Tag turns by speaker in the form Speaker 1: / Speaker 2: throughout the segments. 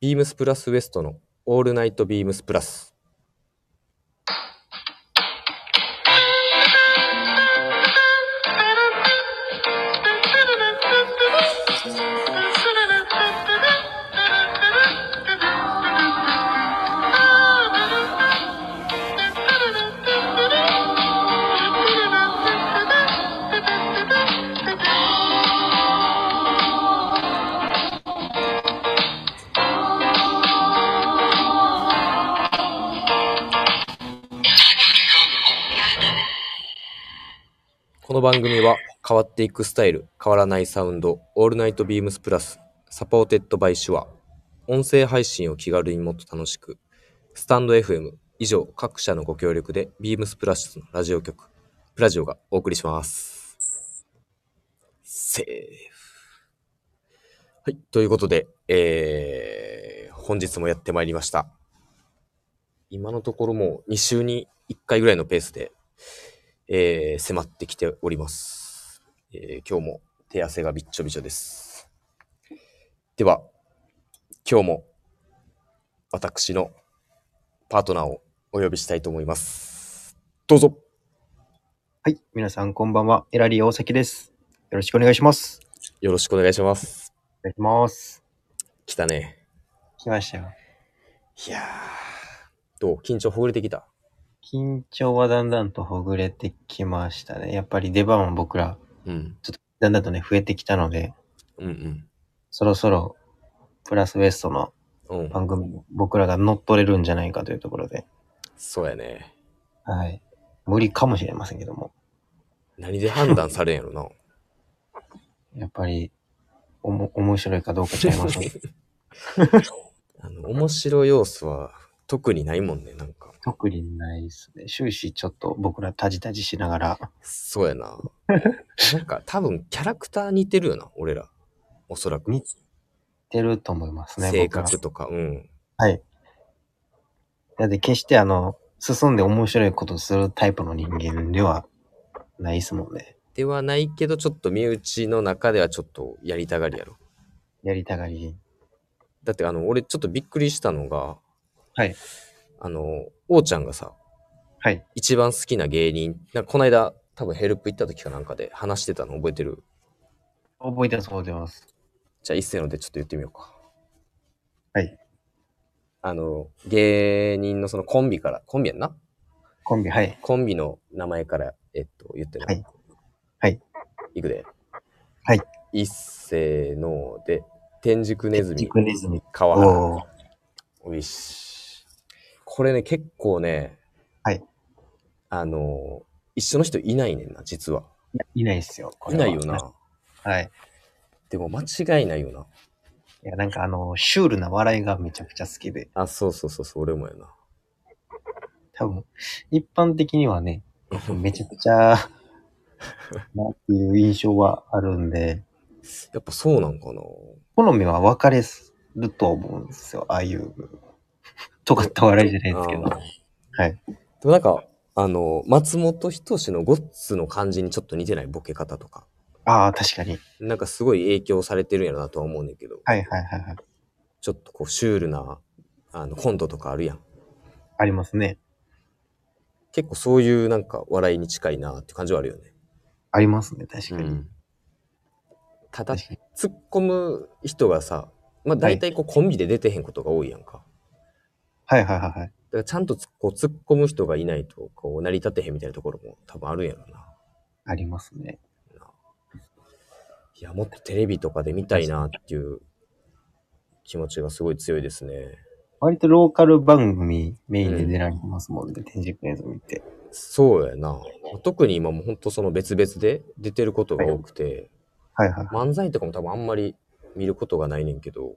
Speaker 1: ビームスプラスウエストのオールナイトビームスプラス。この番組は変わっていくスタイル、変わらないサウンド、オールナイトビームスプラス、サポーテッドバイシュア、音声配信を気軽にもっと楽しく、スタンド FM 以上各社のご協力で、ビームスプラスのラジオ局、プラジオがお送りします。セーフ。はい、ということで、えー、本日もやってまいりました。今のところもう2週に1回ぐらいのペースで、えー迫ってきております、えー今日も手汗がびっちょびちょです。では、今日も私のパートナーをお呼びしたいと思います。どうぞ
Speaker 2: はい、皆さんこんばんは。エラリー大崎です。よろしくお願いします。
Speaker 1: よろしくお願いします。
Speaker 2: お願いします。
Speaker 1: 来たね。
Speaker 2: 来ましたよ。
Speaker 1: いやー、どう緊張ほぐれてきた
Speaker 2: 緊張はだんだんとほぐれてきましたね。やっぱり出番は僕ら、
Speaker 1: うん。
Speaker 2: だんだんとね、増えてきたので、
Speaker 1: うん
Speaker 2: そろそろ、プラスウエストの
Speaker 1: うん。うん。
Speaker 2: 番組、僕らが乗っ取れるんじゃないかというところで、
Speaker 1: そうやね。
Speaker 2: はい。無理かもしれませんけども、
Speaker 1: 何で判断されんやろな。
Speaker 2: やっぱり、おも、面白いかどうかちゃい ますね。
Speaker 1: あの、面白い要素は特にないもんね、なんか。
Speaker 2: 特にないですね。終始ちょっと僕らタジタジしながら、
Speaker 1: そうや な。なんか多分キャラクター似てるよな、俺ら。おそらく。
Speaker 2: 出ると思いますね。
Speaker 1: 性
Speaker 2: 僕ら
Speaker 1: 格とか、うん。
Speaker 2: だって決してあの、進んで面白いことするタイプの人間ではないですもんね。
Speaker 1: ではないけど、ちょっと身内の中ではちょっとやりたがりやろ。
Speaker 2: やりたがり。
Speaker 1: だってあの、俺ちょっとびっくりしたのが、
Speaker 2: はい。
Speaker 1: あの、王ちゃんがさ、
Speaker 2: はい。
Speaker 1: 一番好きな芸人、なんかこの間、多分ヘルプ行った時かなんかで話してたの覚えてる
Speaker 2: 覚えてそうでます。
Speaker 1: じゃあ一斉のでちょっと言ってみようか。
Speaker 2: はい。
Speaker 1: あの、芸人のそのコンビから、コンビやんな
Speaker 2: コンビ、はい。
Speaker 1: コンビの名前から、えっと、言ってね。
Speaker 2: はい。はい。
Speaker 1: いくで。
Speaker 2: はい。
Speaker 1: 一世ので、天竺ネズミ
Speaker 2: ジ、クネズミ。
Speaker 1: 川原。
Speaker 2: おー
Speaker 1: おいし。これね、結構ね、
Speaker 2: はい。
Speaker 1: あの、一緒の人いないねんな、実は。
Speaker 2: いないっすよ。こ
Speaker 1: い
Speaker 2: れは
Speaker 1: ないよな。
Speaker 2: はい。
Speaker 1: でも間違いないよな。
Speaker 2: いや、なんかあの、シュールな笑いがめちゃくちゃ好きで、
Speaker 1: あ、そうそうそうそう、俺もやな。
Speaker 2: 多分、一般的に はね、めちゃくちゃ、なっていう印象はあるんで、
Speaker 1: やっぱそうなんかな。
Speaker 2: 好みは分かれると思うんですよ。ああいう、尖った笑いじゃないですけど。
Speaker 1: あー
Speaker 2: はい。
Speaker 1: でもなんか、あの、松本人志のゴッツの感じにちょっと似てないボケ方とか。
Speaker 2: ああ、確かに。
Speaker 1: なんかすごい影響されてるんやろなとは思うねんだけど、
Speaker 2: はいはいはいはい。
Speaker 1: ちょっとこうシュールなあのコントとかあるやん。
Speaker 2: ありますね。
Speaker 1: 結構そういうなんか笑いに近いなって感じはあるよね。
Speaker 2: ありますね、確かに。
Speaker 1: ただ、
Speaker 2: 確か
Speaker 1: 突
Speaker 2: に。
Speaker 1: っ込む人がさ、まあ大体こうコンビで出てへんことが多いやんか。
Speaker 2: はいはいはいは
Speaker 1: だ
Speaker 2: い。
Speaker 1: からちゃんとつこう突っ込む人がいないとこう成り立てへんみたいなところも多分あるんやろな。
Speaker 2: ありますね。
Speaker 1: いや、もっとテレビとかで見たいなっていう気持ちがすごい強いですね。
Speaker 2: 割とローカル番組メインで出られてますもんね、天竺ネズミって。
Speaker 1: そうやな。特に今も本当その別々で出てることが多くて、
Speaker 2: はいはい。
Speaker 1: 漫才とかも多分あんまり見ることがないねんけど、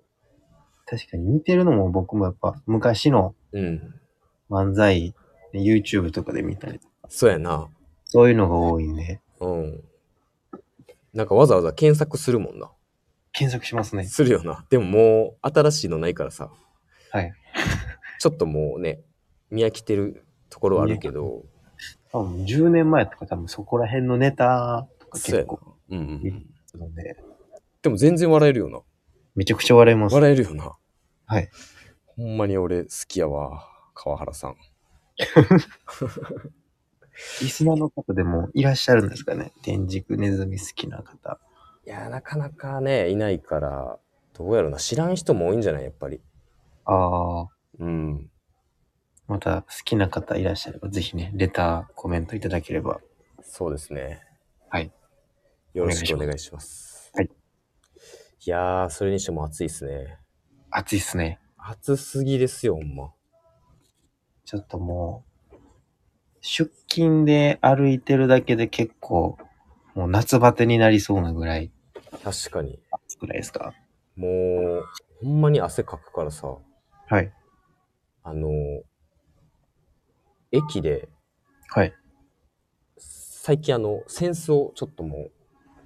Speaker 2: 確かに似てるのも僕もやっぱ昔の
Speaker 1: うん。
Speaker 2: 漫才、YouTube とかで見たり、
Speaker 1: そうやな。
Speaker 2: そういうのが多いんで、
Speaker 1: うん。なんかわざわざ検索するもんな。
Speaker 2: 検索しますね。
Speaker 1: するよな。でももう新しいのないからさ、
Speaker 2: はい。
Speaker 1: ちょっともうね、見飽きてるところはあるけど、
Speaker 2: 多分10年前とか多分そこら辺のネタとか
Speaker 1: そうや
Speaker 2: 結
Speaker 1: な
Speaker 2: 構。
Speaker 1: うん、うん
Speaker 2: なので、
Speaker 1: でも全然笑えるよな。
Speaker 2: めちゃくちゃ笑います。
Speaker 1: 笑えるよな。
Speaker 2: はい。
Speaker 1: ほんまに俺好きやわ、川原さん。
Speaker 2: リスナーの方でもいらっしゃるんですかね天竺ネズミ好きな方。
Speaker 1: いや、なかなかね、いないから、どうやろな、知らん人も多いんじゃないやっぱり。
Speaker 2: ああ。
Speaker 1: うん。
Speaker 2: また好きな方いらっしゃれば、ぜひね、レター、コメントいただければ。
Speaker 1: そうですね。
Speaker 2: はい。
Speaker 1: よろしくお願いします。
Speaker 2: お願いし
Speaker 1: いやー、それにしても暑いっすね。
Speaker 2: 暑いっすね。
Speaker 1: 暑すぎですよ、ほんま。
Speaker 2: ちょっともう、出勤で歩いてるだけで結構、もう夏バテになりそうなぐらい、
Speaker 1: 確かに。
Speaker 2: 暑くないですか
Speaker 1: もう、ほんまに汗かくからさ、
Speaker 2: はい。
Speaker 1: あのー、駅で、
Speaker 2: はい。
Speaker 1: 最近あの、扇子をちょっともう、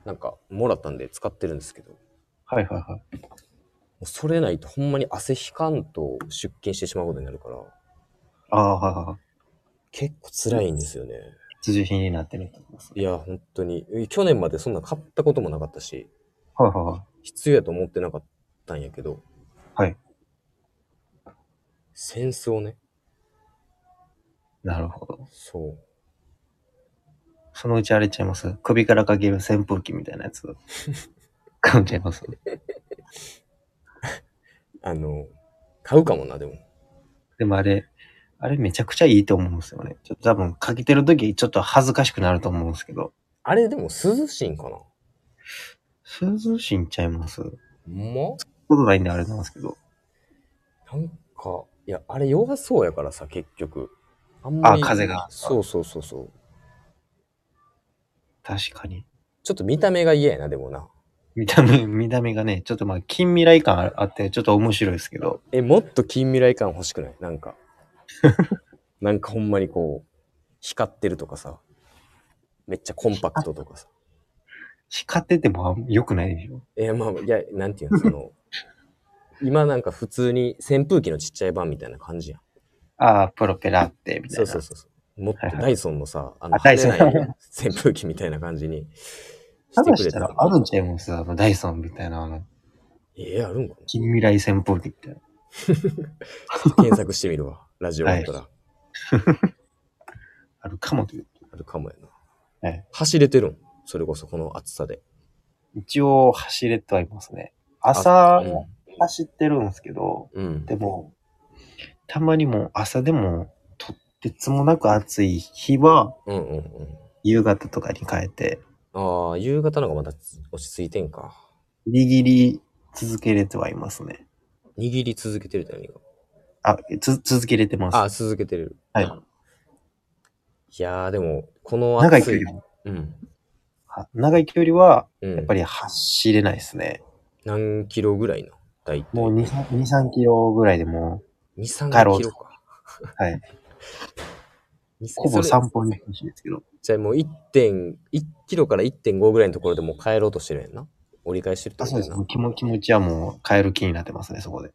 Speaker 1: なんか、もらったんで使ってるんですけど、も
Speaker 2: はいはいはい。
Speaker 1: うそれないとほんまに汗ひかんと出勤してしまうことになるから、
Speaker 2: ああ、はいはいはい。
Speaker 1: 結構辛いんですよね。
Speaker 2: 必需品になってると思います。
Speaker 1: いや、本当に。去年までそんな買ったこともなかったし、
Speaker 2: はいはいはい。
Speaker 1: 必要やと思ってなかったんやけど。
Speaker 2: はい。
Speaker 1: センスをね。
Speaker 2: なるほど。
Speaker 1: そう。
Speaker 2: そのうちあれちゃいます首からかける扇風機みたいなやつ。 買うちゃいます
Speaker 1: あの、買うかもな、でも。
Speaker 2: でもあれ、あれめちゃくちゃいいと思うんですよね。ちょっと多分かけてるときちょっと恥ずかしくなると思うんですけど。
Speaker 1: あれでも涼しいんかな
Speaker 2: 涼しいんちゃいます
Speaker 1: ほんま
Speaker 2: ことないんであれなんですけど。
Speaker 1: なんか、いや、あれ弱そうやからさ、結局。あん
Speaker 2: あ風が
Speaker 1: そうそうそうそう。
Speaker 2: 確かに。
Speaker 1: ちょっと見た目が嫌やな、でもな。
Speaker 2: 見た目、見た目がね、ちょっとまあ近未来感ああってちょっと面白いですけど。
Speaker 1: え、もっと近未来感欲しくないなん か。なんかほんまにこう、光ってるとかさ。めっちゃコンパクトとかさ。
Speaker 2: 光っててもあ良くないでしょ。
Speaker 1: えーまあ、いや、なんていうの、その、今なんか普通に扇風機のちっちゃい版みたいな感じやん。
Speaker 2: ああ、プロペラって、みたい
Speaker 1: そ
Speaker 2: な。
Speaker 1: うそうそうそう。もっと
Speaker 2: はいはい
Speaker 1: ダイソンのさ、あの、
Speaker 2: あダイソン
Speaker 1: 跳ねない扇風機みたいな感じにして
Speaker 2: 探
Speaker 1: くれ
Speaker 2: した
Speaker 1: た
Speaker 2: ら
Speaker 1: ら。
Speaker 2: あるんちゃいますあの、ダイソンみたいな、あの、
Speaker 1: えー、あるんかな
Speaker 2: 近未来扇風機みたいな。
Speaker 1: 検索してみる わ。ラジオだったら、
Speaker 2: あるかもという。
Speaker 1: あるかもやな。
Speaker 2: はい
Speaker 1: 走れてるんそれこそこの暑さで。
Speaker 2: 一応走れてはいますね。
Speaker 1: あ
Speaker 2: 朝、
Speaker 1: うん
Speaker 2: 走ってるんですけど、
Speaker 1: うん。
Speaker 2: でも、たまにもう朝でも、とってつもなく暑い日は、
Speaker 1: うんうんうん。
Speaker 2: 夕方とかに変えて、
Speaker 1: ああ、夕方のがまだつ落ち着いてんか。
Speaker 2: ギリギリ続けれてはいますね。
Speaker 1: 握り続けてるって何が。
Speaker 2: あ、つ続けれてます。
Speaker 1: ああ、続けてる。
Speaker 2: はい。
Speaker 1: いやー、でも、この
Speaker 2: 長い距
Speaker 1: 暑い。
Speaker 2: 離は、
Speaker 1: うん。
Speaker 2: は長い距離は、
Speaker 1: うん、
Speaker 2: やっぱり走れないですね。
Speaker 1: 何キロぐらいの大体。
Speaker 2: もう2、3 2 3キロぐらいでも
Speaker 1: 2、3
Speaker 2: 帰ろう
Speaker 1: キロか。
Speaker 2: う、はい。
Speaker 1: 2 3
Speaker 2: ほぼ
Speaker 1: それ
Speaker 2: 散歩にほしいですけど。
Speaker 1: じゃあもう1点、1キロから1.5ぐらいのところでもう帰ろうとしてるやんな。折り返してるって
Speaker 2: あ
Speaker 1: こ
Speaker 2: そ
Speaker 1: と
Speaker 2: う
Speaker 1: や
Speaker 2: で
Speaker 1: ん
Speaker 2: す。
Speaker 1: な。
Speaker 2: もう気持気持ちはもう変える気になってますね、そこで。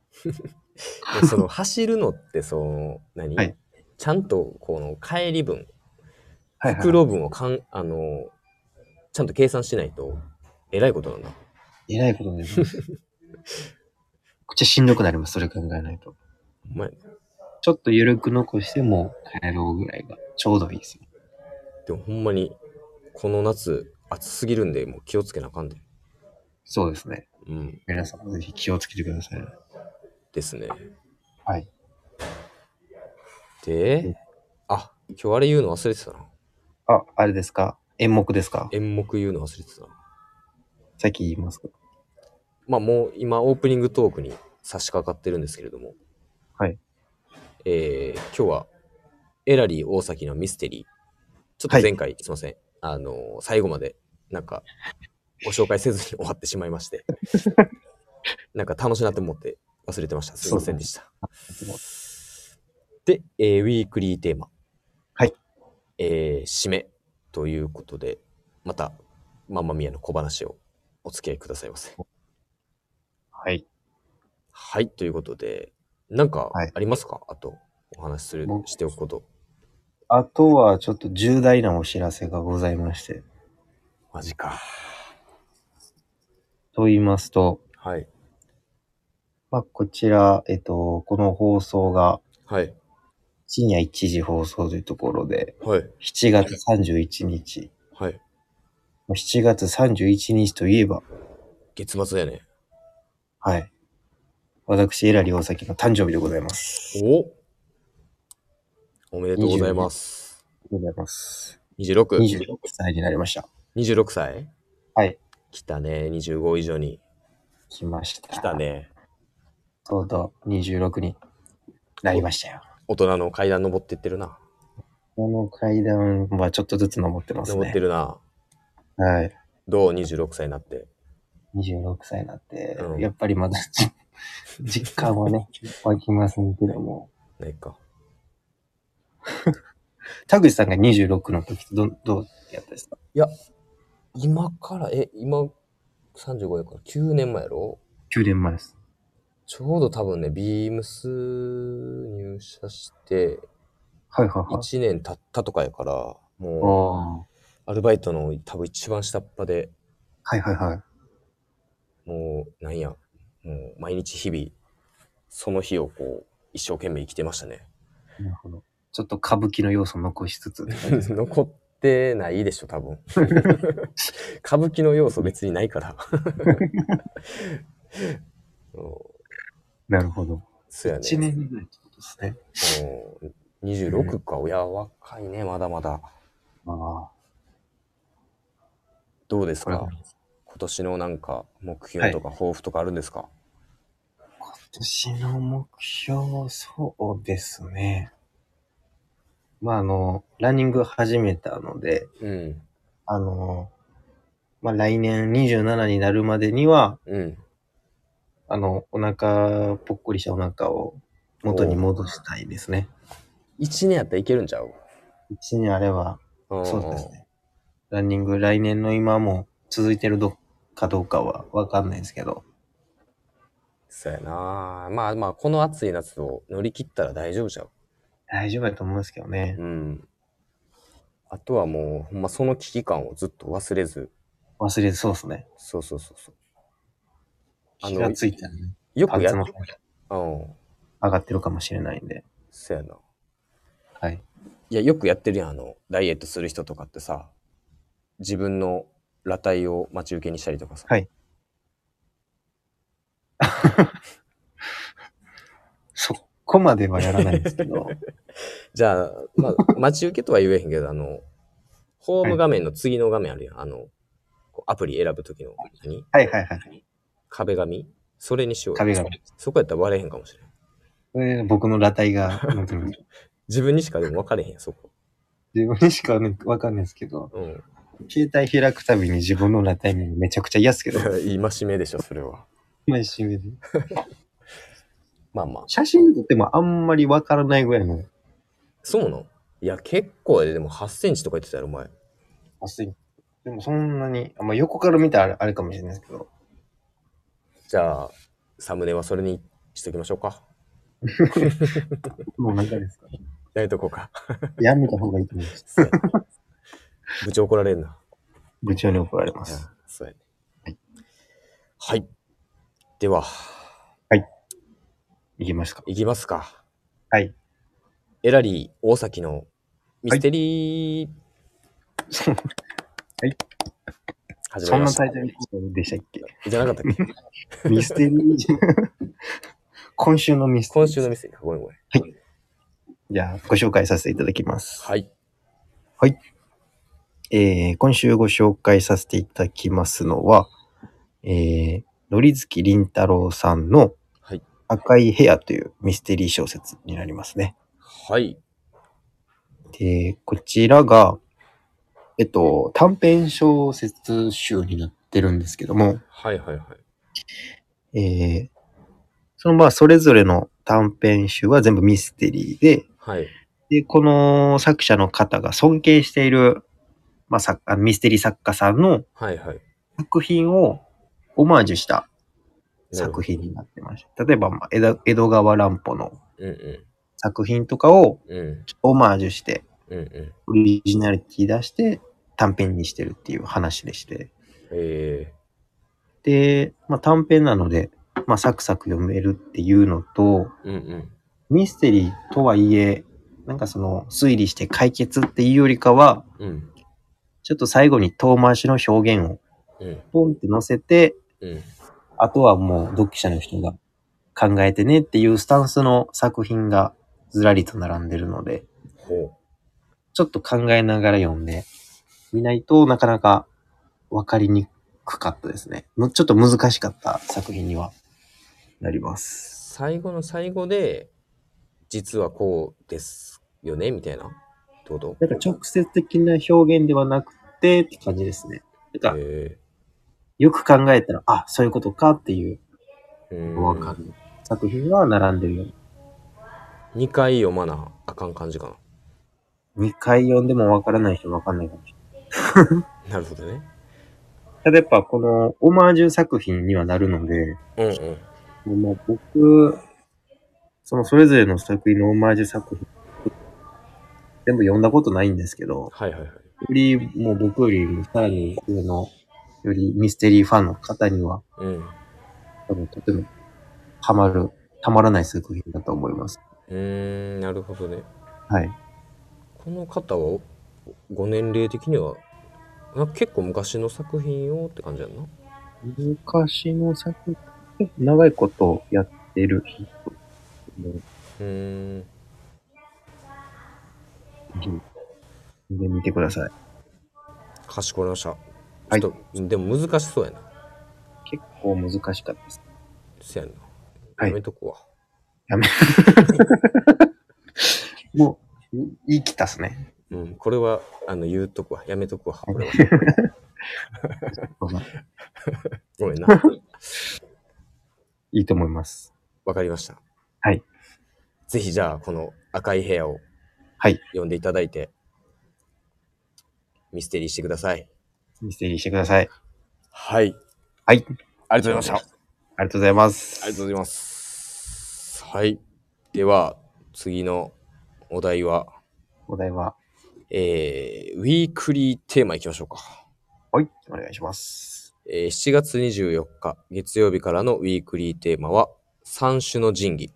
Speaker 1: で その走るのって、その、何、
Speaker 2: はい
Speaker 1: ちゃんと、この帰り分、
Speaker 2: はい、はい。
Speaker 1: 袋分をかん、あの、ちゃんと計算しないと、えらいことなんだ。
Speaker 2: えらいことになり ます。口しんどくなります、それ考えないと。
Speaker 1: お前、
Speaker 2: ちょっと緩く残しても帰ろうぐらいがちょうどいいですよ。
Speaker 1: でもほんまに、この夏、暑すぎるんで、もう気をつけなあかんで。
Speaker 2: そうですね。
Speaker 1: うん。
Speaker 2: 皆さんぜひ気をつけてください。
Speaker 1: ですね。
Speaker 2: はい。
Speaker 1: で、あ、今日あれ言うの忘れてたな。
Speaker 2: あ、あれですか演目ですか
Speaker 1: 演目言うの忘れてたな。
Speaker 2: さっき言いますか
Speaker 1: まあもう今オープニングトークに差し掛かってるんですけれども。
Speaker 2: はい。
Speaker 1: えー、今日はエラリー大崎のミステリー。ちょっと前回、すいません。あのー最後までなんかご紹介せずに終わってしまいま して。なんか楽しいなって思って忘れてました。すいませんでした。で、えーウィークリーテーマ。
Speaker 2: はい。
Speaker 1: えー締めということで、また、マンマミヤの小話をお付き合いくださいませ。
Speaker 2: はい。
Speaker 1: はい、ということで、なんか
Speaker 2: はい
Speaker 1: ありますか、あと、お話しする
Speaker 2: も、う
Speaker 1: しておくこと。
Speaker 2: あとはちょっと重大なお知らせがございまして。
Speaker 1: マジか。
Speaker 2: と言いますと、
Speaker 1: はい。
Speaker 2: まあ、こちら、えっと、この放送が
Speaker 1: はい。
Speaker 2: 深夜1時放送というところで、
Speaker 1: はい。
Speaker 2: 7月31日。
Speaker 1: はい。
Speaker 2: もう7月31日といえば、
Speaker 1: 月末やね。
Speaker 2: はい。私、エラリ大崎の誕生日でございます。
Speaker 1: おおめでとうございます。
Speaker 2: ございます。
Speaker 1: 26。
Speaker 2: 26歳になりました。
Speaker 1: 26歳
Speaker 2: はい。
Speaker 1: 来たね。25以上に。
Speaker 2: 来ました。
Speaker 1: 来た。ね。
Speaker 2: とうとう26になりましたよ。
Speaker 1: 大人の階段登ってってるな。
Speaker 2: この階段はちょっとずつ登ってますね。
Speaker 1: 登ってるな。
Speaker 2: はい。
Speaker 1: どう ?26 歳になって。
Speaker 2: 26歳になって、
Speaker 1: うん
Speaker 2: やっぱりまだ 実感はね、湧きませんけども。
Speaker 1: ないか。
Speaker 2: 田口さんが26の時ってどん、どうやったですか
Speaker 1: 今から、え、今、35やから、9年前やろ
Speaker 2: ?9 年前です。
Speaker 1: ちょうど多分ね、ビームス入社して、
Speaker 2: はいはいはい。
Speaker 1: 1年経ったとかやから、も
Speaker 2: あ
Speaker 1: う、アルバイトの多分一番下っ端で、
Speaker 2: はいはいはい。
Speaker 1: もう、なんや、もう、毎日日々、その日をこう、一生懸命生きてましたね。
Speaker 2: なるほど。ちょっと歌舞伎の要素残しつつって感じですね。
Speaker 1: 残ってないでしょ、多分。 歌舞伎の要素別にないから。 そう
Speaker 2: なるほど。
Speaker 1: そうやね。
Speaker 2: 1年ぐらいってことですね。
Speaker 1: もう26か、親若いね、まだまだ。
Speaker 2: あ
Speaker 1: どうです
Speaker 2: あ、
Speaker 1: か
Speaker 2: 今
Speaker 1: 今年のなんか目標とか抱負とかあるんですか、
Speaker 2: 年の目標、そうですね。まああの、ランニング始めたので、
Speaker 1: うん。
Speaker 2: あの、まあ来年27になるまでには、
Speaker 1: うん。
Speaker 2: あの、お腹、ぽっこりしたお腹を元に戻したいですね。
Speaker 1: 1年やったらいけるんちゃう
Speaker 2: 1年あれば、そうです
Speaker 1: ん
Speaker 2: ね。ランニング、来年の今も続いてるどかどうかはわかんないですけど。
Speaker 1: そうやなまあまあ、この暑い夏を乗り切ったら大丈夫じゃう。
Speaker 2: 大丈夫だと思うんですけどね。
Speaker 1: うん。あとはもう、ほんまその危機感をずっと忘れず。
Speaker 2: 忘れてそうですね。
Speaker 1: そうそうそうそう。あの
Speaker 2: 気がついたらね、
Speaker 1: よ
Speaker 2: パ
Speaker 1: く
Speaker 2: ン
Speaker 1: やっ
Speaker 2: ツの方
Speaker 1: う
Speaker 2: が
Speaker 1: ん。
Speaker 2: 上がってるかもしれないんで。
Speaker 1: そうやな。
Speaker 2: はい。
Speaker 1: いや、よくやってるやん、あの、ダイエットする人とかってさ、自分の裸体を待ち受けにしたりとかさ。
Speaker 2: はいそこまではやらないんですけ ど。
Speaker 1: じゃあ、まあ、 待ち受けとは言えへんけど、あの、ホーム画面の次の画面あるやん。あの、こうアプリ選ぶときの、何
Speaker 2: はいはいはい。
Speaker 1: 壁紙それにしようよ
Speaker 2: 壁紙。
Speaker 1: そこやったら割れへんかもしれん。
Speaker 2: それで僕の裸 体が、なんていうの
Speaker 1: 自分にしかでも分かれへんやん、そこ。
Speaker 2: 自分にしかねわかんないですけど、
Speaker 1: うん。
Speaker 2: 携帯開くたびに自分の裸体見るのめちゃくちゃ嫌っすけ ど。
Speaker 1: 戒めでしょ、それは。
Speaker 2: 毎週見る
Speaker 1: まあまあ。
Speaker 2: 写真撮ってもあんまりわからないぐらいの。
Speaker 1: そうなんいや、結構やで、でも8センチとか言ってたやろ、お前。
Speaker 2: 熱い。でもそんなに、あまあ、横から見たらあれあれかもしれないですけど。
Speaker 1: じゃあ、サムネはそれにしときましょうか。
Speaker 2: もうなんかですかい
Speaker 1: やめとこうか。
Speaker 2: やめた方がいいと思います。
Speaker 1: 部長怒られるな。
Speaker 2: 部長に怒られま
Speaker 1: いや
Speaker 2: す。
Speaker 1: そうやね。
Speaker 2: はい。
Speaker 1: はい。では、
Speaker 2: いきますか。
Speaker 1: いきますか。
Speaker 2: はい。
Speaker 1: エラリー大崎のミステリー。
Speaker 2: はい。
Speaker 1: 始ま
Speaker 2: そ
Speaker 1: りました
Speaker 2: んなタイ。トルでしたっけ
Speaker 1: じゃなかったっ け
Speaker 2: ミステリー じゃん今週のミステリー。
Speaker 1: 今週のミステリー。ごめんごめん。
Speaker 2: じゃあ、ご紹介させていただきます。
Speaker 1: はい。
Speaker 2: えー今週ご紹介させていただきますのは、えー、のりづきりんたろうさんの
Speaker 1: はい。
Speaker 2: 赤い部屋というミステリー小説になりますね。
Speaker 1: はい。
Speaker 2: で、こちらが、えっと、短編小説集になってるんですけども、
Speaker 1: はいはいはい。
Speaker 2: えーそのまあ、それぞれの短編集は全部ミステリーで、
Speaker 1: はい。
Speaker 2: で、この作者の方が尊敬している、まあ、作家ミステリー作家さんの
Speaker 1: はいはい。
Speaker 2: 作品をオマージュした
Speaker 1: なるほ
Speaker 2: 作
Speaker 1: ど。
Speaker 2: 品になってました。例えば、まあ、江戸江戸川乱歩の
Speaker 1: うんう
Speaker 2: 作品とかを
Speaker 1: ん。うん。
Speaker 2: オマージュして、
Speaker 1: うんうん。
Speaker 2: オリジナリティ出して短編にしてるっていう話でして。
Speaker 1: え
Speaker 2: で、まあ、短編なので、まあ、サクサク読めるっていうのと、
Speaker 1: うんうん。
Speaker 2: ミステリーとはいえ、なんかその推理して解決っていうよりかは、
Speaker 1: うん。
Speaker 2: ちょっと最後に遠回しの表現を
Speaker 1: うん。
Speaker 2: ポンって載せて、
Speaker 1: うん。
Speaker 2: あとはもう読者の人が考えてねっていうスタンスの作品がずらりと並んでるので、
Speaker 1: ほ
Speaker 2: ちょっと考えながら読んでみないとなかなかわかりにくかったですね。むちょっと難しかった作品にはなりま
Speaker 1: う。
Speaker 2: す。
Speaker 1: 最後の最後で、実はこうですよねみたいな。ってこと
Speaker 2: なんか直接的な表現ではなくてって感じですね。なんか
Speaker 1: え
Speaker 2: よく考えたら、あ、そういうことかっていう
Speaker 1: ー、うん
Speaker 2: わかる作品が並んでるような。
Speaker 1: 2回読まなあかん感じか
Speaker 2: 2回読んでもわからない人わかんないかもしれない。
Speaker 1: な。なるほどね。
Speaker 2: ただやっぱこのオマージュ作品にはなるので、
Speaker 1: うんうん。
Speaker 2: もう僕、そのそれぞれの作品のオマージュ作品、全部読んだことないんですけど、
Speaker 1: はいはいはい。
Speaker 2: よりもう僕よりもさらに上の、よりミステリーファンの方には、
Speaker 1: うん。う
Speaker 2: 多分とてもハマる、たまらない作品だと思います。
Speaker 1: ーん、なるほどね。
Speaker 2: はい。
Speaker 1: この方はおご年齢的にはなんか結構昔の作品をって感じやんな
Speaker 2: 昔の作品、長いことやってる人
Speaker 1: うーん
Speaker 2: で見てください。
Speaker 1: かしこまりました
Speaker 2: はい
Speaker 1: ちょっと、でも難しそうやな
Speaker 2: 結構難しかったです。
Speaker 1: せやんな、
Speaker 2: はい
Speaker 1: やめとくわ
Speaker 2: もう、言い切ったっすね。
Speaker 1: うんこれはあの言うとくわやめとくわこれはごめんな
Speaker 2: いいと思います。
Speaker 1: わかりました
Speaker 2: はい
Speaker 1: ぜひじゃあこの赤い部屋を
Speaker 2: はい
Speaker 1: 読んでいただいてミステリーしてください
Speaker 2: ミステリーしてください。
Speaker 1: はい
Speaker 2: はい。
Speaker 1: ありがとうございました
Speaker 2: ありがとうございます。
Speaker 1: ありがとうございます。はい。では、次のお題は、
Speaker 2: お題は、
Speaker 1: えー、ウィークリーテーマいきましょうか。
Speaker 2: はい。お願いします。
Speaker 1: えー7月24日月曜日からのウィークリーテーマは、三種の神器。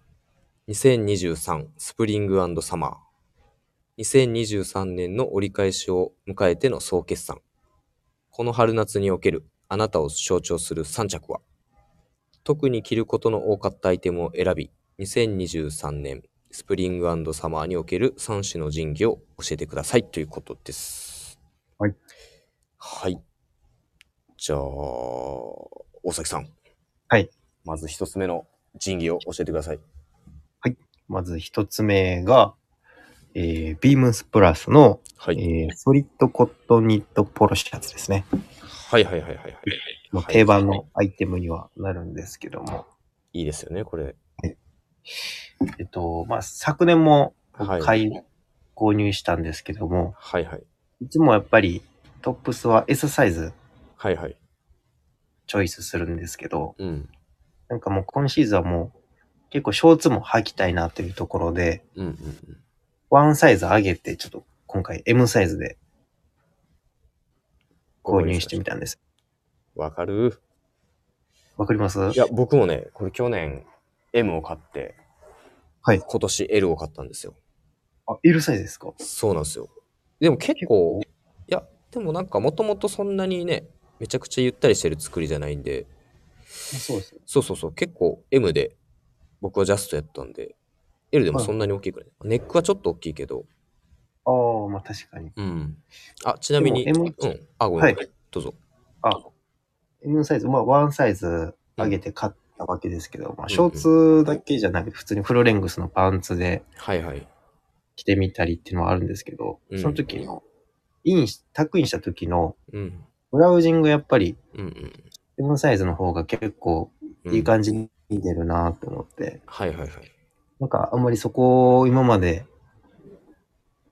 Speaker 1: 2023スプリングサマー。2023年の折り返しを迎えての総決算。この春夏におけるあなたを象徴する3着は特に着ることの多かったアイテムを選び、2023年スプリングサマーにおける3種の神器を教えてくださいということです。
Speaker 2: はい。
Speaker 1: はい。じゃあ、大崎さん。
Speaker 2: はい。
Speaker 1: まず一つ目の神器を教えてください。
Speaker 2: まず一つ目が、えー、ビームスプラスの、
Speaker 1: は
Speaker 2: え
Speaker 1: い。
Speaker 2: ー、ソリッドコットンニットポロシャツですね。
Speaker 1: はいはいはいはいはい。
Speaker 2: もう定番のアイテムにはなるんですけども。
Speaker 1: いいですよね、これ。
Speaker 2: えっと、まあ、昨年も
Speaker 1: はい
Speaker 2: 買い、購入したんですけども、
Speaker 1: はいはい。
Speaker 2: いつもやっぱりトップスは S サイズ
Speaker 1: はいはい。
Speaker 2: チョイスするんですけど、
Speaker 1: うん。
Speaker 2: なんかもう今シーズンはもう結構ショーツも履きたいなというところで、
Speaker 1: うんうん
Speaker 2: ワンサイズ上げてちょっと今回 M サイズで
Speaker 1: うん。
Speaker 2: 購入してみたんです。
Speaker 1: わかる。
Speaker 2: わかります
Speaker 1: いや、僕もね、これ去年 M を買って、
Speaker 2: はい
Speaker 1: 今年 L を買ったんですよ。
Speaker 2: あ、L サイズですか
Speaker 1: そうなんですよ。でも結構、いや、でもなんかもともとそんなにね、めちゃくちゃゆったりしてる作りじゃないんで、
Speaker 2: そうです。
Speaker 1: そうそうそう、結構 M で僕はジャストやったんで、L でも
Speaker 2: はい
Speaker 1: そんなに大きくない。ネックはちょっと大きいけど、
Speaker 2: ああ、まあ確かに。
Speaker 1: うん。あ、ちなみに、
Speaker 2: でも M
Speaker 1: うん。あ、ごめん、
Speaker 2: は
Speaker 1: どうぞ。
Speaker 2: あ、M サイズ、まあワンサイズ上げて買ったわけですけど、まあショーツだけじゃなくて普通にフルレングスのパンツで
Speaker 1: はいはい。
Speaker 2: 着てみたりっていうのはあるんですけど、
Speaker 1: うん
Speaker 2: その時の、インし、タックインした時の
Speaker 1: うん。
Speaker 2: ブラウジングやっぱり
Speaker 1: うんうん。
Speaker 2: M サイズの方が結構
Speaker 1: うん
Speaker 2: いい感じに出るなと思って、
Speaker 1: はいはいはい。
Speaker 2: なんかあんまりそこを今まで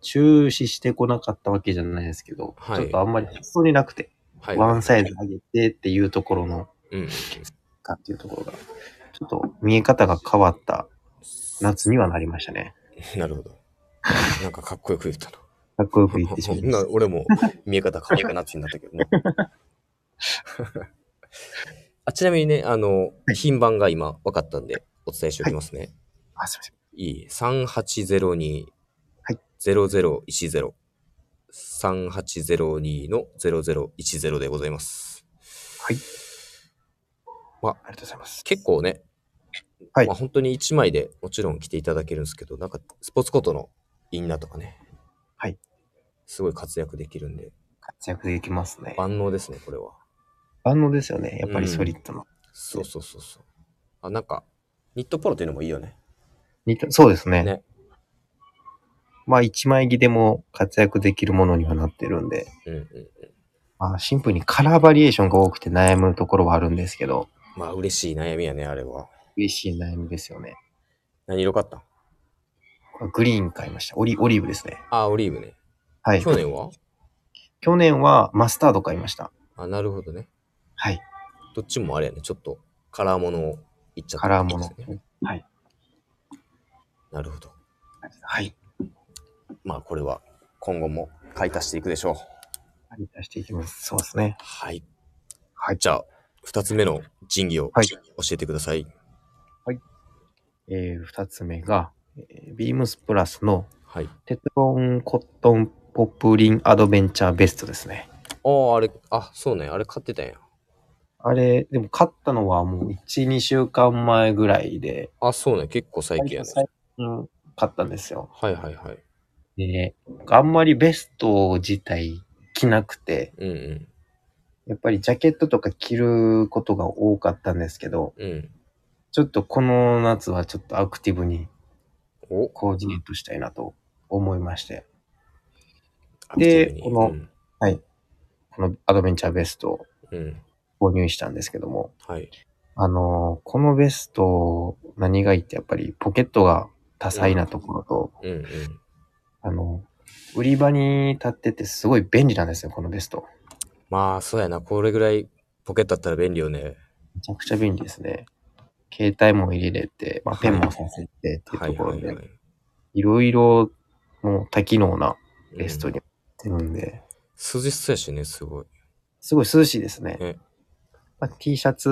Speaker 2: 注視してこなかったわけじゃないですけど、
Speaker 1: はい
Speaker 2: ちょっとあんまり発想になくて、
Speaker 1: はい。
Speaker 2: ワンサイズ上げてっていうところの、
Speaker 1: うん うん。
Speaker 2: かっていうところが、ちょっと見え方が変わった夏にはなりましたね。
Speaker 1: なるほど。なんかかっこよく言った な。
Speaker 2: かっ こよく言ってしまいま
Speaker 1: な
Speaker 2: し
Speaker 1: 俺も見え方変わったなってなったけどね。あちなみにね、あの、
Speaker 2: はい
Speaker 1: 品番が今分かったんで、お伝えしておきますね。
Speaker 2: あ、すいません。
Speaker 1: いい。3802、
Speaker 2: はい、
Speaker 1: 0010、3802の0010でございます。
Speaker 2: ありがとうございます。
Speaker 1: 結構ね、
Speaker 2: はい
Speaker 1: まあ、本当に1枚でもちろん着ていただけるんですけど、なんかスポーツコートのインナーとかね、
Speaker 2: はい、
Speaker 1: すごい活躍できるんで、
Speaker 2: 活躍できますね。
Speaker 1: 万能ですね、これは。
Speaker 2: 万能ですよね。やっぱりソリッドの。
Speaker 1: そうそうそうそう。あ、なんか、ニットポロっていうのもいいよね。
Speaker 2: 似たそうですね。
Speaker 1: ね
Speaker 2: まあ、一枚着でも活躍できるものにはなってるんで、
Speaker 1: うんうん。
Speaker 2: まあ、シンプルにカラーバリエーションが多くて悩むところはあるんですけど、
Speaker 1: まあ、嬉しい悩みやね、あれは。
Speaker 2: 嬉しい悩みですよね。
Speaker 1: 何色買ったん
Speaker 2: グリーン買いました。オリ、オリーブですね。
Speaker 1: あ、オリーブね。
Speaker 2: はい。
Speaker 1: 去年は
Speaker 2: 去年はマスタード買いました。
Speaker 1: あ、なるほどね。
Speaker 2: はい。
Speaker 1: どっちもあれやね、ちょっとカラーものをいっちゃった
Speaker 2: カラーもの
Speaker 1: ってことですね。
Speaker 2: はい。
Speaker 1: なるほど。
Speaker 2: はい。
Speaker 1: まあ、これは今後も買い足していくでしょう。
Speaker 2: 出していきます。そうですね。
Speaker 1: はい。
Speaker 2: はい。
Speaker 1: じゃあ、二つ目の仁義を
Speaker 2: はい
Speaker 1: 教えてください。
Speaker 2: えー、二つ目が、えービームスプラスの
Speaker 1: はい。
Speaker 2: テトロンコットンポプリンアドベンチャーベストですね。
Speaker 1: ああ、あれ、あ、そうね。あれ買ってたんや。
Speaker 2: あれ、でも買ったのはもう1、2週間前ぐらいで、
Speaker 1: あ、そうね。結構最近やね。
Speaker 2: 最近買ったんですよ。
Speaker 1: はいはいはい。
Speaker 2: で、あんまりベスト自体着なくて、
Speaker 1: うんうん。
Speaker 2: やっぱりジャケットとか着ることが多かったんですけど、
Speaker 1: うん。
Speaker 2: ちょっとこの夏はちょっとアクティブに
Speaker 1: お
Speaker 2: コーディネートしたいなと思いまして、
Speaker 1: アクティブに
Speaker 2: この
Speaker 1: うん
Speaker 2: このアドベンチャーベストを
Speaker 1: うん。
Speaker 2: 購入したんですけども、
Speaker 1: はい。
Speaker 2: あのーこのベスト何がいいってやっぱりポケットが多彩なところと、
Speaker 1: うんうん。
Speaker 2: あの、売り場に立っててすごい便利なんですよ、このベスト。
Speaker 1: まあ、そうやな。これぐらいポケットあったら便利よね。
Speaker 2: めちゃくちゃ便利ですね。携帯も入れれて、まあ、ペンもさせてっていう
Speaker 1: は
Speaker 2: と
Speaker 1: い
Speaker 2: ころ
Speaker 1: はいは
Speaker 2: で
Speaker 1: い、。
Speaker 2: いろいろもう多機能なベスト
Speaker 1: うん
Speaker 2: になってるんで、
Speaker 1: 涼しそうやしね、すごい。
Speaker 2: すごい涼しいですね
Speaker 1: ね。
Speaker 2: まあ、T シャツ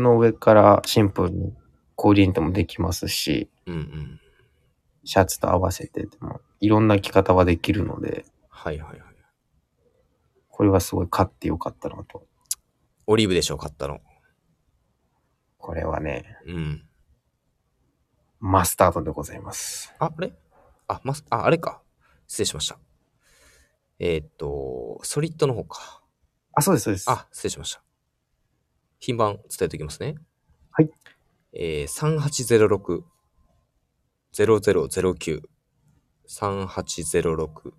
Speaker 2: の上からシンプルにコーディネートもできますし、
Speaker 1: うんうん。
Speaker 2: シャツと合わせてでもいろんな着方はできるので、
Speaker 1: はいはいはい。
Speaker 2: これはすごい買ってよかったなと。
Speaker 1: オリーブでしょ、買ったの。
Speaker 2: これはね、
Speaker 1: うん。
Speaker 2: マスタードでございます。
Speaker 1: あ、あれあ、ま、あ、あれか。失礼しました。えーっと、ソリッドの方か。
Speaker 2: あ、そうです、そうです。
Speaker 1: あ、失礼しました。品番伝えておきますね。
Speaker 2: はい。
Speaker 1: えー、3806-0009。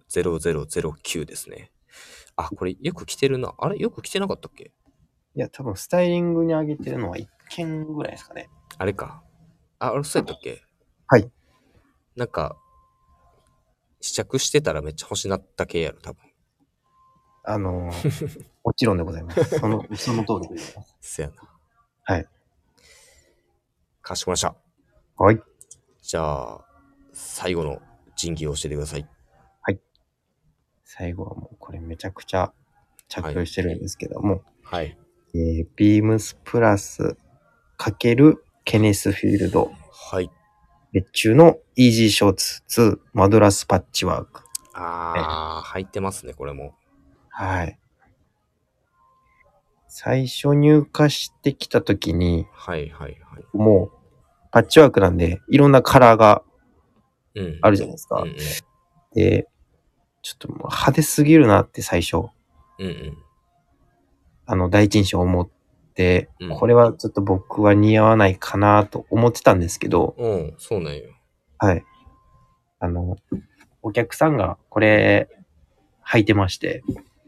Speaker 1: 3806-0009ですね。あ、これよく着てるな。あれよく着てなかったっけ
Speaker 2: いや、多分スタイリングに上げてるのは1件ぐらいですかね。
Speaker 1: あれか。あ、あれそうやったっけ
Speaker 2: はい。
Speaker 1: なんか、試着してたらめっちゃ欲しなった系やろ、多分。
Speaker 2: あのーもちろんでございます。その、その通りでございます。
Speaker 1: せやな。
Speaker 2: はい。
Speaker 1: かしこまりました。
Speaker 2: はい。
Speaker 1: じゃあ、最後の人気を教えてください。
Speaker 2: 最後はもうこれめちゃくちゃ着用してるんですけども、
Speaker 1: はい。
Speaker 2: えー、ビームスプラス×ケネスフィールド
Speaker 1: はい。
Speaker 2: 別注のイージーショーツ2マドラスパッチワーク。
Speaker 1: あー、入ってますね、これも。
Speaker 2: はい。最初入荷してきた時に、
Speaker 1: はいはいはい。
Speaker 2: もうパッチワークなんでいろんなカラーが
Speaker 1: うん。
Speaker 2: あるじゃないですか。
Speaker 1: うん
Speaker 2: で、ちょっともう派手すぎるなって最初、
Speaker 1: うん。うん
Speaker 2: あの、第一印象思って、
Speaker 1: うん
Speaker 2: これはちょっと僕は似合わないかなと思ってたんですけど、
Speaker 1: うん。うん、そうなんよ。
Speaker 2: はい。あの、お客さんがこれ履いてまして、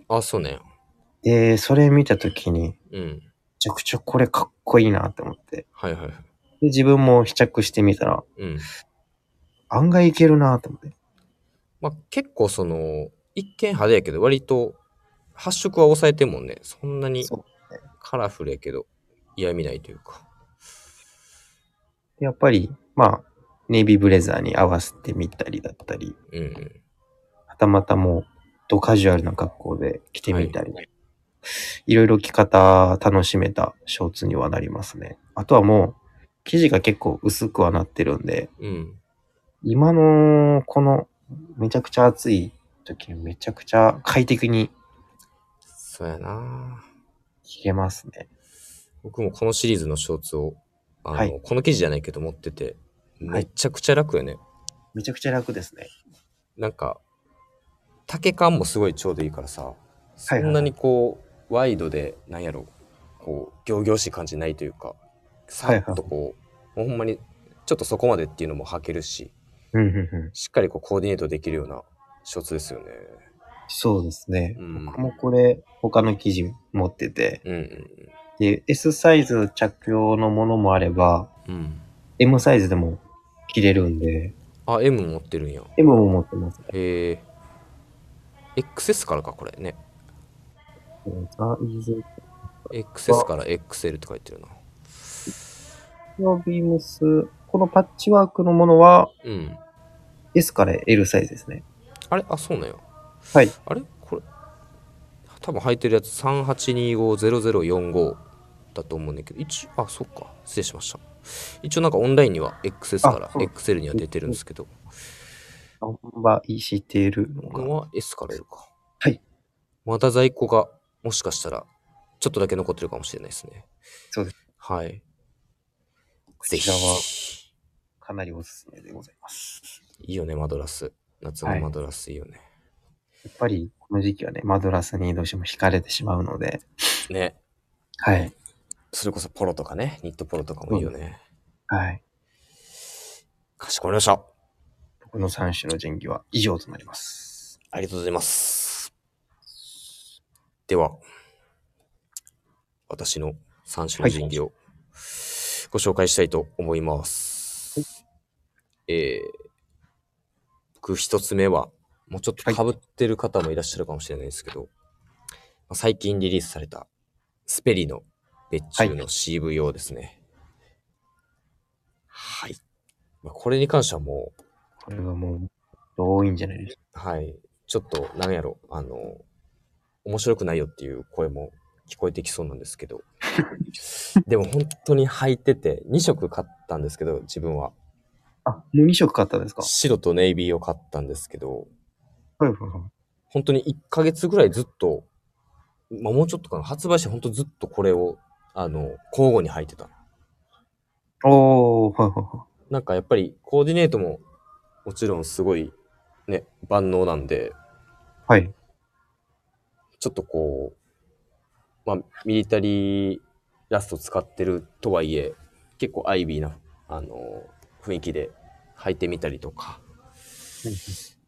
Speaker 1: あ、そうなんよ。
Speaker 2: で、それ見たときに、め
Speaker 1: うん。
Speaker 2: ちゃくちゃこれかっこいいなって思って、
Speaker 1: はいはいはい。
Speaker 2: で、自分も試着してみたら、
Speaker 1: うん。
Speaker 2: 案外いけるなと思って。
Speaker 1: まあ結構その、一見派手やけど、割と発色は抑えてんもんね。そんなに
Speaker 2: そう
Speaker 1: カラフルやけど、嫌味ないというか。
Speaker 2: でやっぱり、まあ、ネイビーブレザーに合わせてみたりだったり、
Speaker 1: うんうん。
Speaker 2: はたまたもう、ドカジュアルな格好で着てみたり、いろいろ着方楽しめたショーツにはなりますね。あとはもう、生地が結構薄くはなってるんで、
Speaker 1: うん。
Speaker 2: 今のこのめちゃくちゃ暑い時にめちゃくちゃ快適に
Speaker 1: そうやな
Speaker 2: 着れますね。
Speaker 1: 僕もこのシリーズのショーツを、あの、
Speaker 2: はい
Speaker 1: この生地じゃないけど持ってて、
Speaker 2: は
Speaker 1: め
Speaker 2: い
Speaker 1: ちゃくちゃ楽よね。
Speaker 2: めちゃくちゃ楽ですね。
Speaker 1: なんか、丈感もすごいちょうどいいからさ、そ
Speaker 2: はい
Speaker 1: んなにこう、ワイドで、なんやろ、こう、仰々しい感じないというか、さっとこう、もうほんまに、ちょっとそこまでっていうのも履けるし、
Speaker 2: うんうんうん。
Speaker 1: しっかりこうコーディネートできるようなショーツですよね。
Speaker 2: そうですね。
Speaker 1: うん
Speaker 2: 僕もこれ、他の生地持ってて、
Speaker 1: うん
Speaker 2: で、S サイズ着用のものもあれば、
Speaker 1: うん。うん。
Speaker 2: M サイズでも着れるんで、
Speaker 1: あ、M 持ってるんや。
Speaker 2: M も持ってます。
Speaker 1: へえ。XS からか、これね。
Speaker 2: サイズ
Speaker 1: XS から XL って書いてるな。
Speaker 2: のビームス、このパッチワークのものは
Speaker 1: うん。
Speaker 2: S から L サイズですね。
Speaker 1: あれあ、そうなんや。
Speaker 2: はい。
Speaker 1: あれこれ、多分履いてるやつ38250045だと思うんだけど、一応、あ、そっか。失礼しました。一応なんかオンラインには XS から
Speaker 2: あそう
Speaker 1: XL には出てるんですけど、
Speaker 2: 販売しているの
Speaker 1: これ
Speaker 2: が。
Speaker 1: は S から L か。
Speaker 2: はい。
Speaker 1: まだ在庫が、もしかしたら、ちょっとだけ残ってるかもしれないですね。
Speaker 2: そうです。
Speaker 1: はい。
Speaker 2: こ
Speaker 1: ぜ
Speaker 2: ち
Speaker 1: ひ
Speaker 2: ら。はかなりおすすめでございます。
Speaker 1: いいよね、マドラス。夏のマドラスいいよね。
Speaker 2: やっぱりこの時期はね、マドラスにどうしても惹かれてしまうので、
Speaker 1: ね。
Speaker 2: はい。
Speaker 1: それこそポロとかね、ニットポロとかもいいよね。
Speaker 2: はい。
Speaker 1: かしこまりました。
Speaker 2: 僕の3種の神器は以上となります。
Speaker 1: ありがとうございます。では、私の三種の神器をご紹介したいと思います。えー、僕一つ目は、もうちょっと被ってる方もいらっしゃるかもしれないですけど、まあ最近リリースされたスペリの別注の CV 用ですね。はい。まあ、これに関してはもう、
Speaker 2: これはもう、多いんじゃないですか。
Speaker 1: はい。ちょっと、なんやろ、あの、面白くないよっていう声も聞こえてきそうなんですけど。でも本当に履いてて、2色買ったんですけど、自分は。
Speaker 2: あ、もう2色買ったんですか
Speaker 1: 白とネイビーを買ったんですけど、
Speaker 2: はいはいはい。
Speaker 1: 本当に1ヶ月ぐらいずっと、まあ、もうちょっとかな、発売して本当ずっとこれを、あの、交互に履いてた。
Speaker 2: おー、はいはいは
Speaker 1: なんかやっぱりコーディネートももちろんすごいね、万能なんで、
Speaker 2: い。はい。
Speaker 1: ちょっとこう、まあ、ミリタリーラスト使ってるとはいえ、結構アイビーな、あの雰囲気で履いてみたりとか、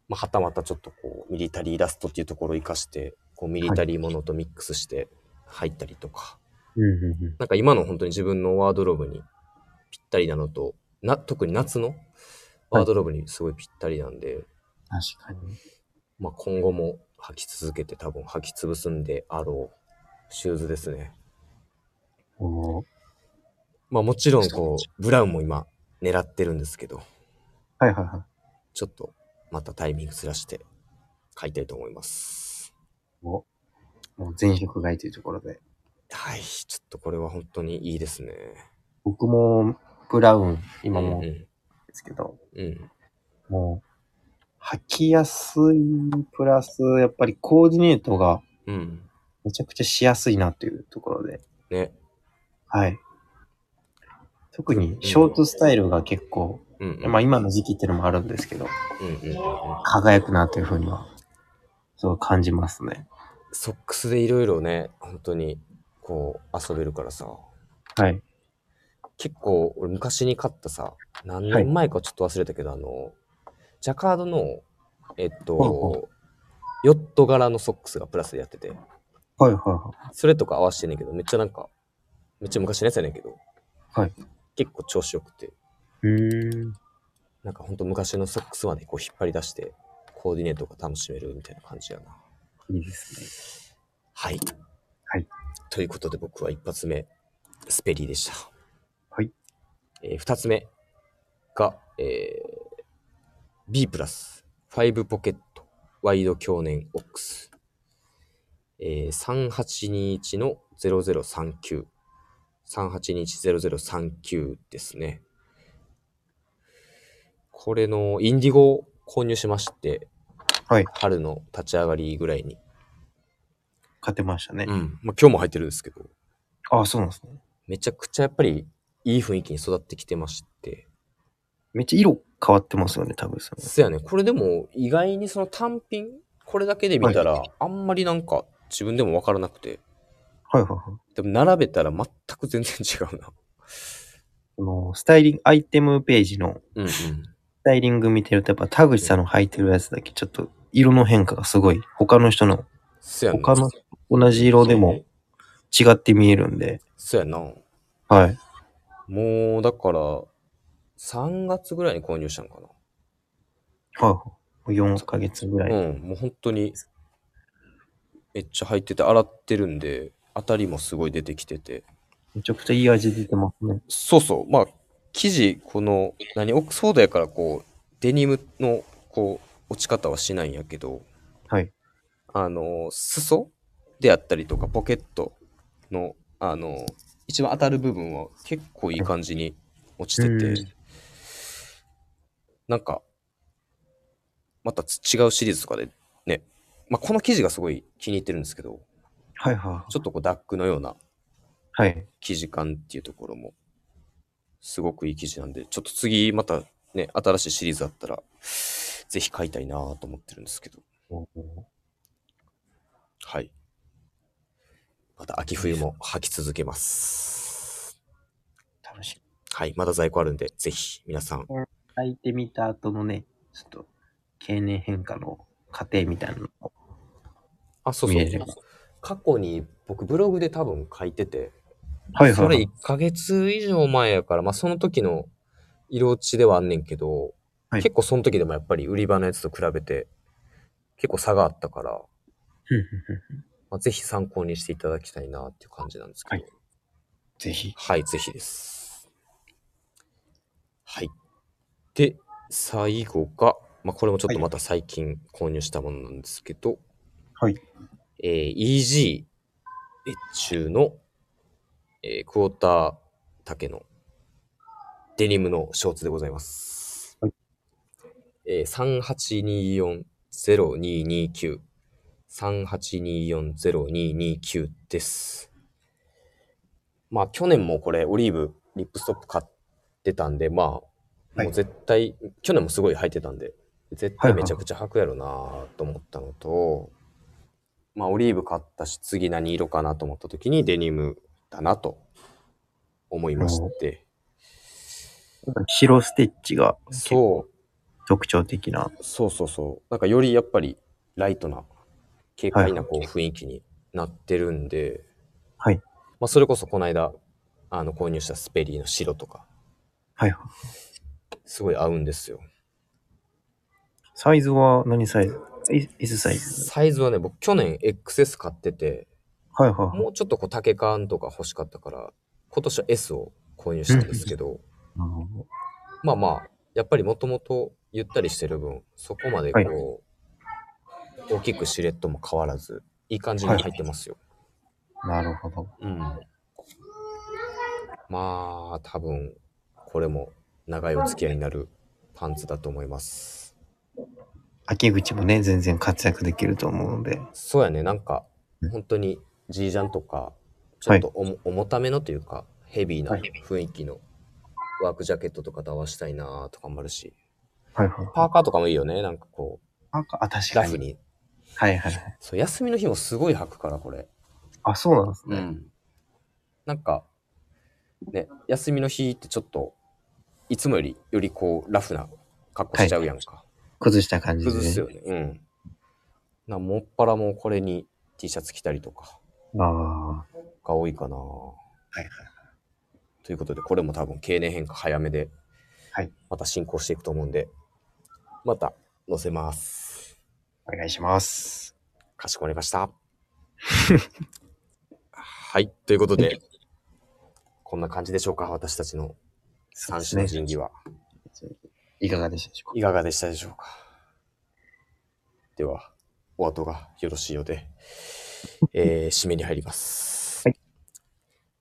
Speaker 1: まあ、はたまたちょっとこう、ミリタリーラストっていうところを活かして、こう、ミリタリーものとミックスして履いたりとか、
Speaker 2: うんうんうん。
Speaker 1: なんか今の本当に自分のワードローブにぴったりなのと、な、特に夏のワードローブにすごいぴったりなんで、
Speaker 2: 確かに。
Speaker 1: まあ、今後も履き続けて多分履き潰すんであろうシューズですね。
Speaker 2: おー。
Speaker 1: まあもちろんこう、ブラウンも今狙ってるんですけど、
Speaker 2: はいはいはい。
Speaker 1: ちょっとまたタイミングずらして買いたいと思います。
Speaker 2: おもう全色買いというところで。
Speaker 1: はい、ちょっとこれは本当にいいですね。
Speaker 2: 僕も、ブラウン、今も
Speaker 1: う
Speaker 2: で
Speaker 1: ん、
Speaker 2: すけど、
Speaker 1: うん。
Speaker 2: もう、履きやすい、プラス、やっぱりコーディネートが
Speaker 1: うん。
Speaker 2: めちゃくちゃしやすいなというところで、
Speaker 1: ね。
Speaker 2: はい。特に、ショートスタイルが結構、
Speaker 1: うん、うん。
Speaker 2: まあ今の時期っていうのもあるんですけど、
Speaker 1: うんうんうんうん
Speaker 2: 輝くなというふうには、そう感じますね。
Speaker 1: ソックスでいろいろね、本当にこう遊べるからさ、
Speaker 2: はい。
Speaker 1: 結構俺昔に買ったさ、何
Speaker 2: はい
Speaker 1: 年前かちょっと忘れたけど、あの、ジャカードの、えっ
Speaker 2: ほうほ
Speaker 1: と、ヨット柄のソックスがプラスでやってて、
Speaker 2: はいはいはい。
Speaker 1: それとか合わせてんねんけど、めっちゃなんか、めっちゃ昔のやつやねんけど、
Speaker 2: はい。
Speaker 1: 結構調子よくて、
Speaker 2: うーん。
Speaker 1: なんかほんと昔のソックスまでこう引っ張り出して、コーディネートが楽しめるみたいな感じやな。
Speaker 2: いいですね。
Speaker 1: はい。
Speaker 2: はい。
Speaker 1: ということで僕は一発目、スペリーでした。
Speaker 2: はい。
Speaker 1: えー二つ目が、えー、B プラス、5ポケット、ワイド鏡年オックス。えー、3821の0039。3821-0039ですね。これのインディゴを購入しまして、
Speaker 2: はい
Speaker 1: 春の立ち上がりぐらいに。
Speaker 2: 買ってましたね。
Speaker 1: うん。まあ、今日も入ってるんですけど、
Speaker 2: ああ、そうなんですね。
Speaker 1: めちゃくちゃやっぱりいい雰囲気に育ってきてまして。
Speaker 2: めっちゃ色変わってますよね、多分それ。
Speaker 1: そやね、これでも意外にその単品、これだけで見たら、あんまりなんか自分でもわからなくて。
Speaker 2: はいはいはい。
Speaker 1: でも並べたら全く全然違うな。
Speaker 2: この、スタイリング、アイテムページの
Speaker 1: うんうん。
Speaker 2: スタイリング見てると、やっぱ田口さんの履いてるやつだけ、ちょっと色の変化がすごい。他の人の
Speaker 1: そやね。
Speaker 2: 他の同じ色でも違って見えるんで。
Speaker 1: そやな。も
Speaker 2: はい。
Speaker 1: う、だから、3月ぐらいに購入したんか
Speaker 2: はい。4ヶ月ぐら
Speaker 1: な。
Speaker 2: い。
Speaker 1: うん。もう本当に、めっちゃ入ってて洗ってるんで、当たりもすごい出てきてて。
Speaker 2: めちゃくちゃいい味出てますね。
Speaker 1: そうそう。まあ、生地、この、何、オックスフォードやから、こう、デニムの、こう、落ち方はしないんやけど、
Speaker 2: はい。
Speaker 1: あの、裾であったりとか、ポケットの、あの、一番当たる部分は結構いい感じに落ちて
Speaker 2: うん
Speaker 1: て、なんか、また違うシリーズとかでね、まあ、この生地がすごい気に入ってるんですけど、
Speaker 2: はいはい。
Speaker 1: ちょっとこうダックのような
Speaker 2: はい。
Speaker 1: 生地感っていうところも、すごくいい生地なんで、ちょっと次またね、新しいシリーズあったら、ぜひ買いたいなぁと思ってるんですけど、はい。また秋冬も履き続けます。
Speaker 2: 楽しい。
Speaker 1: はい、まだ在庫あるんで、ぜひ皆さん、
Speaker 2: 履いてみた後のね、ちょっと、経年変化の過程みたいなのも
Speaker 1: あ、そう
Speaker 2: 見
Speaker 1: そ
Speaker 2: え
Speaker 1: う
Speaker 2: れば。
Speaker 1: 過去に僕ブログで多分書いてて、
Speaker 2: はい
Speaker 1: そ
Speaker 2: は
Speaker 1: れ
Speaker 2: い
Speaker 1: 1。ヶ月以上前やから、まあその時の色落ちではあんねんけど、
Speaker 2: はい
Speaker 1: 結構その時でもやっぱり売り場のやつと比べて、結構差があったから、まあ、ぜひ参考にしていただきたいなっていう感じなんですけど。
Speaker 2: はいぜひ。
Speaker 1: はい、ぜひです。はい。で、最後が、まあ、これもちょっとまた最近購入したものなんですけど、
Speaker 2: はい。
Speaker 1: えー EG 越中の、えークォーター丈のデニムのショーツでございます。
Speaker 2: はい
Speaker 1: えー、3824-0229。3824-0229です。まあ、去年もこれ、オリーブ、リップストップ買ってたんで、まあ、
Speaker 2: はい
Speaker 1: もう絶対、去年もすごい履いてたんで、絶対めちゃくちゃ履くやろなと思ったのと、まあ、オリーブ買ったし、次何色かなと思った時に、デニムだなと思いまして、
Speaker 2: 白ステッチが
Speaker 1: そう、
Speaker 2: 特徴的な。
Speaker 1: そうそうそう。なんかよりやっぱりライトな、軽快なこう雰囲気になってるんで、
Speaker 2: はい
Speaker 1: まあそれこそこの間、あの購入したスペリーの白とか、
Speaker 2: はいはい。
Speaker 1: すごい合うんですよ。
Speaker 2: サイズは何サイズ ?S S サイズ。
Speaker 1: サイズはね、僕去年 XS 買ってて、
Speaker 2: はいはいはい。
Speaker 1: もうちょっとこう丈感とか欲しかったから、今年は S を購入したんですけど、
Speaker 2: なるほど
Speaker 1: まあまあ、やっぱりもともとゆったりしてる分、そこまでこう、大きくシレットも変わらず、いい感じに入ってますよ。
Speaker 2: なるほど。
Speaker 1: うん。まあ、多分、これも長いお付き合いになるパンツだと思います。
Speaker 2: 秋口もね、全然活躍できると思うので。
Speaker 1: そうやね、なんか
Speaker 2: うん、
Speaker 1: 本当に G ジャンとか、ちょっとおも、重ためのというか、ヘビーな
Speaker 2: はい
Speaker 1: 雰囲気のワークジャケットとかと合わしたいなとかもあるし、
Speaker 2: はいはい。
Speaker 1: パーカーとかもいいよね、なんかこ
Speaker 2: なんか、あ、確
Speaker 1: う、ラ
Speaker 2: か
Speaker 1: フ
Speaker 2: に。
Speaker 1: に。
Speaker 2: はいはいはい。
Speaker 1: そう、休みの日もすごい履くから、これ。
Speaker 2: あ、そうなんです
Speaker 1: う
Speaker 2: ね。
Speaker 1: ん、なんか、ね、休みの日ってちょっといつもよりよりこうラフな格好しちゃうやんか、
Speaker 2: 崩した感じで、ね。
Speaker 1: 崩すよねうんなもっぱらもうこれに T シャツ着たりとか
Speaker 2: ああ。は
Speaker 1: が多いかない
Speaker 2: はい。
Speaker 1: ということでこれも多分経年変化早めで、
Speaker 2: はい
Speaker 1: また進行していくと思うんでまた載せます
Speaker 2: お願いします。
Speaker 1: かしこまりました はいということでこんな感じでしょうか私たちの三種の神器は、
Speaker 2: いかがでしたでしょう
Speaker 1: いかがでした でしょうかでは、お後がよろしいようで。えー締めに入ります、
Speaker 2: はい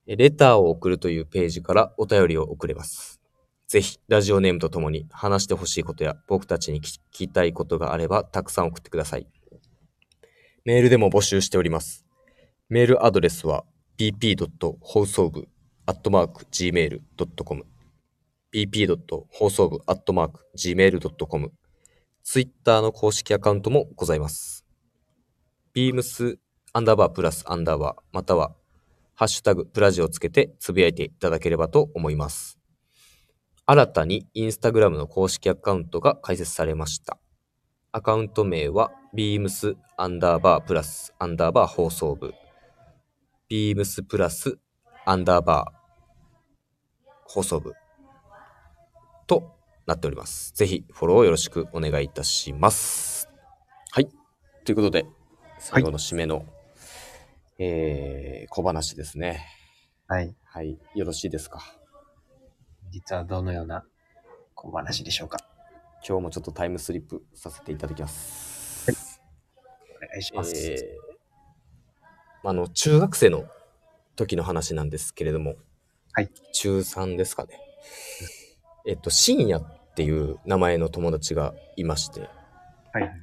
Speaker 1: えレターを送るというページからお便りを送れます。ぜひ、ラジオネームとともに話してほしいことや僕たちに聞きたいことがあればたくさん送ってください。メールでも募集しております。メールアドレスは bp. 放送部 .gmail.com bp. 放送部 .gmail.com ツイッターの公式アカウントもございます。beams アンダーバープラスアンダーバーまたはハッシュタグプラジをつけてつぶやいていただければと思います。新たにインスタグラムの公式アカウントが開設されました。アカウント名は beams アンダーバープラスアンダーバー放送部 beams プラスアンダーバー放送部となっております。ぜひフォローをよろしくお願いいたします。はい。ということで、最後の締めの、えー、小話ですね。
Speaker 2: はい。
Speaker 1: はい。よろしいですか。
Speaker 2: 実はどのような小話でしょうか。
Speaker 1: 今日もちょっとタイムスリップさせていただきます。
Speaker 2: お願いし
Speaker 1: え
Speaker 2: ます。
Speaker 1: ーあの、中学生の時の話なんですけれども、
Speaker 2: はい
Speaker 1: 中3ですかね。えっと、深夜っていう名前の友達がいまして、
Speaker 2: はい。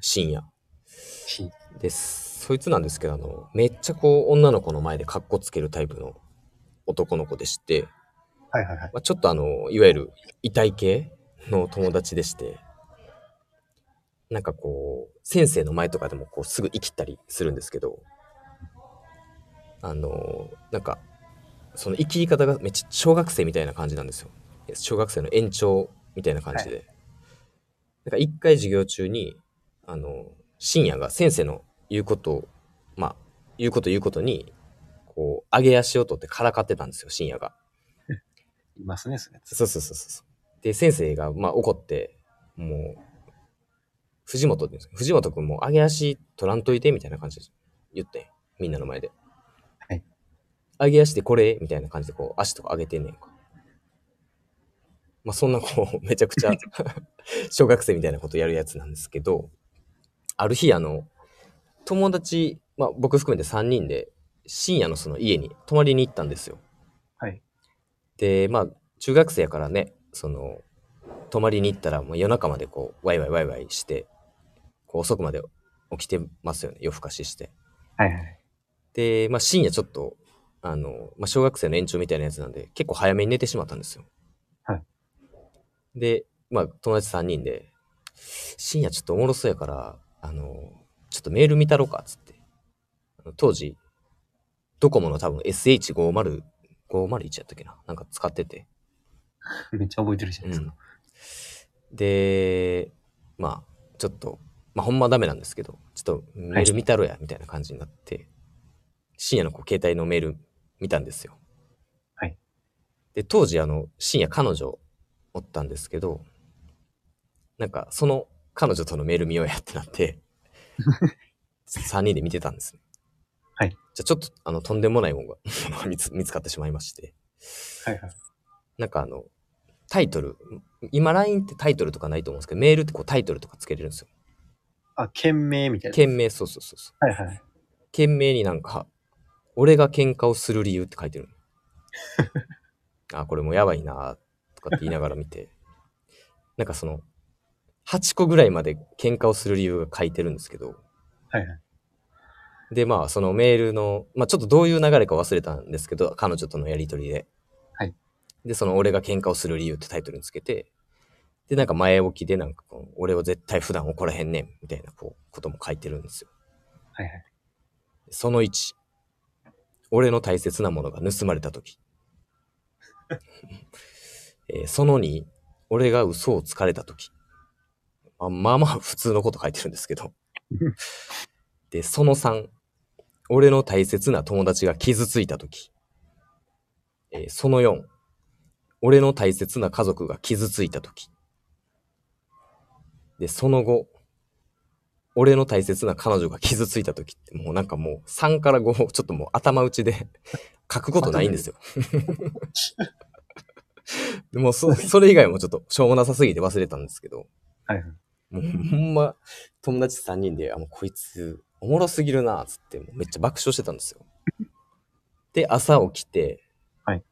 Speaker 1: 深夜。
Speaker 2: し
Speaker 1: です。そいつなんですけど、あの、めっちゃこう、女の子の前でカッコつけるタイプの男の子でして、
Speaker 2: はいはいはい。
Speaker 1: まあ、ちょっとあの、いわゆる、異体系の友達でして、なんかこう、先生の前とかでもこう、すぐ生きったりするんですけど、あの、なんか、その生き方がめっちゃ小学生みたいな感じなんですよ。小学生の延長みたいな感じで。なんか一回授業中に、あの、深夜が先生の言うことを、まあ、言うこと言うことに、こう、上げ足を取ってからかってたんですよ、深夜が。
Speaker 2: いますね、それ。
Speaker 1: そうそうそうそうそう。で、先生が、まあ、怒って、もう、藤本って言うんですけど藤本君もう上げ足取らんといて、みたいな感じで言って、みんなの前で。
Speaker 2: はい。
Speaker 1: 上げ足でこれ、みたいな感じで、こう、足とか上げてんねんか。まあ、そんな、こう、め ちゃく ちゃ、小学生みたいなことやるやつなんですけど、ある日、あの、友達、まあ、僕含めて3人で、深夜のその家に泊まりに行ったんですよ。
Speaker 2: はい。
Speaker 1: でまあ中学生やからねその泊まりに行ったらもう夜中までこうワイワイワイワイしてこう遅くまで起きてますよね夜更かしして
Speaker 2: はいはい。
Speaker 1: で、まあ、深夜ちょっとあの、まあ、小学生の延長みたいなやつなんで結構早めに寝てしまったんですよ
Speaker 2: はい
Speaker 1: でまあ友達3人で深夜ちょっとおもろそうやからあのちょっとメール見たろかっつってあの当時ドコモの多分 SH505001 やったっけななんか使ってて
Speaker 2: めっちゃ覚えてるじゃないですか。
Speaker 1: うん、でまあちょっと、まあ、ほんまはダメなんですけどちょっとメール見たろやみたいな感じになって、深夜のこう携帯のメール見たんですよ
Speaker 2: はい
Speaker 1: で当時あの深夜彼女おったんですけどなんかその彼女とのメール見ようやってなって 3人で見てたんですね
Speaker 2: はい
Speaker 1: じゃあちょっとあのとんでもないものが 見つ見つかってしまいまして
Speaker 2: はいはい。
Speaker 1: なんかあの、タイトル、今 LINE ってタイトルとかないと思うんですけど、メールってこうタイトルとかつけれるんですよ。
Speaker 2: あ、件名みたいな。
Speaker 1: 件名、そうそうそうそう。
Speaker 2: はいはい。
Speaker 1: 件名になんか、俺が喧嘩をする理由って書いてるの。あ、これもうやばいなとかって言いながら見て、なんかその、8個ぐらいまで喧嘩をする理由が書いてるんですけど、
Speaker 2: はいはい。
Speaker 1: で、まあ、そのメールの、まあ、ちょっとどういう流れか忘れたんですけど、彼女とのやりとりで。
Speaker 2: はい。
Speaker 1: で、その、俺が喧嘩をする理由ってタイトルにつけて、で、なんか前置きで、なんかこう、俺は絶対普段怒らへんねん、みたいな、こう、ことも書いてるんですよ。
Speaker 2: はいはい。
Speaker 1: その1、俺の大切なものが盗まれたとき。 えーその2、俺が嘘をつかれたとき。まあまあまあ普通のこと書いてるんですけど。で、その3、俺の大切な友達が傷ついたとき。えーその4、俺の大切な家族が傷ついたとき。で、その後、俺の大切な彼女が傷ついた時ってもうなんかもう3から5をちょっともう頭打ちで 書くことないん ですよ。でもそそれ以外もちょっとしょうもなさすぎて忘れたんですけど、
Speaker 2: はいはい。
Speaker 1: もうほんま友達3人で、あ、もうこいつおもろすぎるな、つって、もうめっちゃ爆笑してたんですよ。で、朝起きて、
Speaker 2: はい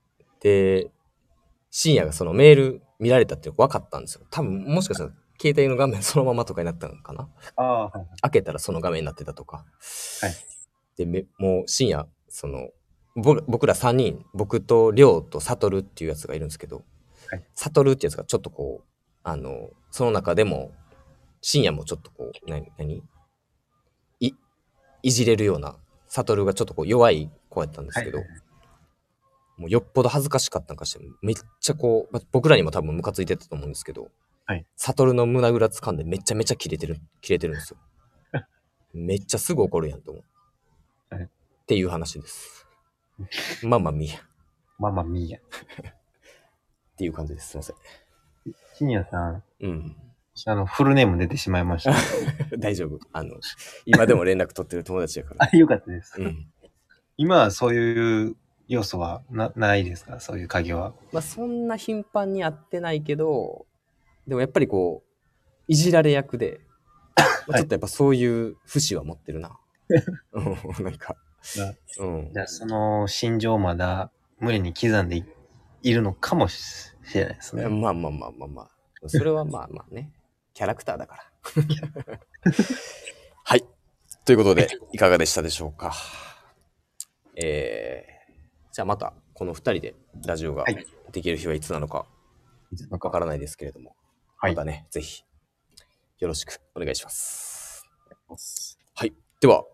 Speaker 1: で、深夜がそのメール見られたって分かったんですよ。多分、もしかしたら、携帯の画面そのままとかになったのかな
Speaker 2: ああ、はい。
Speaker 1: 開けたらその画面になってたとか。
Speaker 2: はい
Speaker 1: でめもう深夜そのぼ僕ら3人僕と亮と悟っていうやつがいるんですけど、
Speaker 2: はい
Speaker 1: 悟ってやつがちょっとこうあのその中でも深夜もちょっとこう何何いいじれるような悟がちょっとこう弱い子やったんですけど、
Speaker 2: はい
Speaker 1: もうよっぽど恥ずかしかったんかしてめっちゃこうま僕らにも多分ムカついてたと思うんですけど、
Speaker 2: はい
Speaker 1: 悟の胸ぐら掴んでめちゃめちゃキレてるキレてるんです よめっちゃすぐ怒るやんと思う、
Speaker 2: はい
Speaker 1: っていう話ですまあまあみやっ
Speaker 2: ママミーヤ。
Speaker 1: ていう感じですすいません
Speaker 2: 深夜さん、
Speaker 1: うん
Speaker 2: 私あの、フルネーム出てしまいました。
Speaker 1: 大丈夫あの今でも連絡取ってる友達やから、
Speaker 2: あ、よかったです。
Speaker 1: うん、
Speaker 2: 今はそういう要素はなないですかそういう影は。
Speaker 1: まあそんな頻繁に会ってないけどでもやっぱりこういじられ役で、まあちょっとやっぱそういう節は持ってる なうんなんかうん
Speaker 2: じゃあその心情をまだ胸に刻んでいいるのかもしれないですね。
Speaker 1: まあまあまあまあまあ。それはまあまあね。キャラクターだから。 はい。ということで、いかがでしたでしょうか。えー、じゃあまた、この2人でラジオが
Speaker 2: はい
Speaker 1: できる日はいつなのか
Speaker 2: なん
Speaker 1: わ
Speaker 2: か
Speaker 1: からないですけれども、
Speaker 2: はい
Speaker 1: またね、ぜひ、よろしくお願いします。はい。では、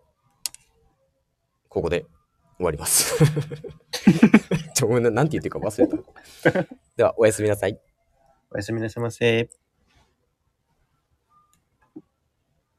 Speaker 1: ここで終わります。 ちょ、ごめんな、なんて言ってるか忘れた。では、おやすみなさい。
Speaker 2: おやすみなさいませ。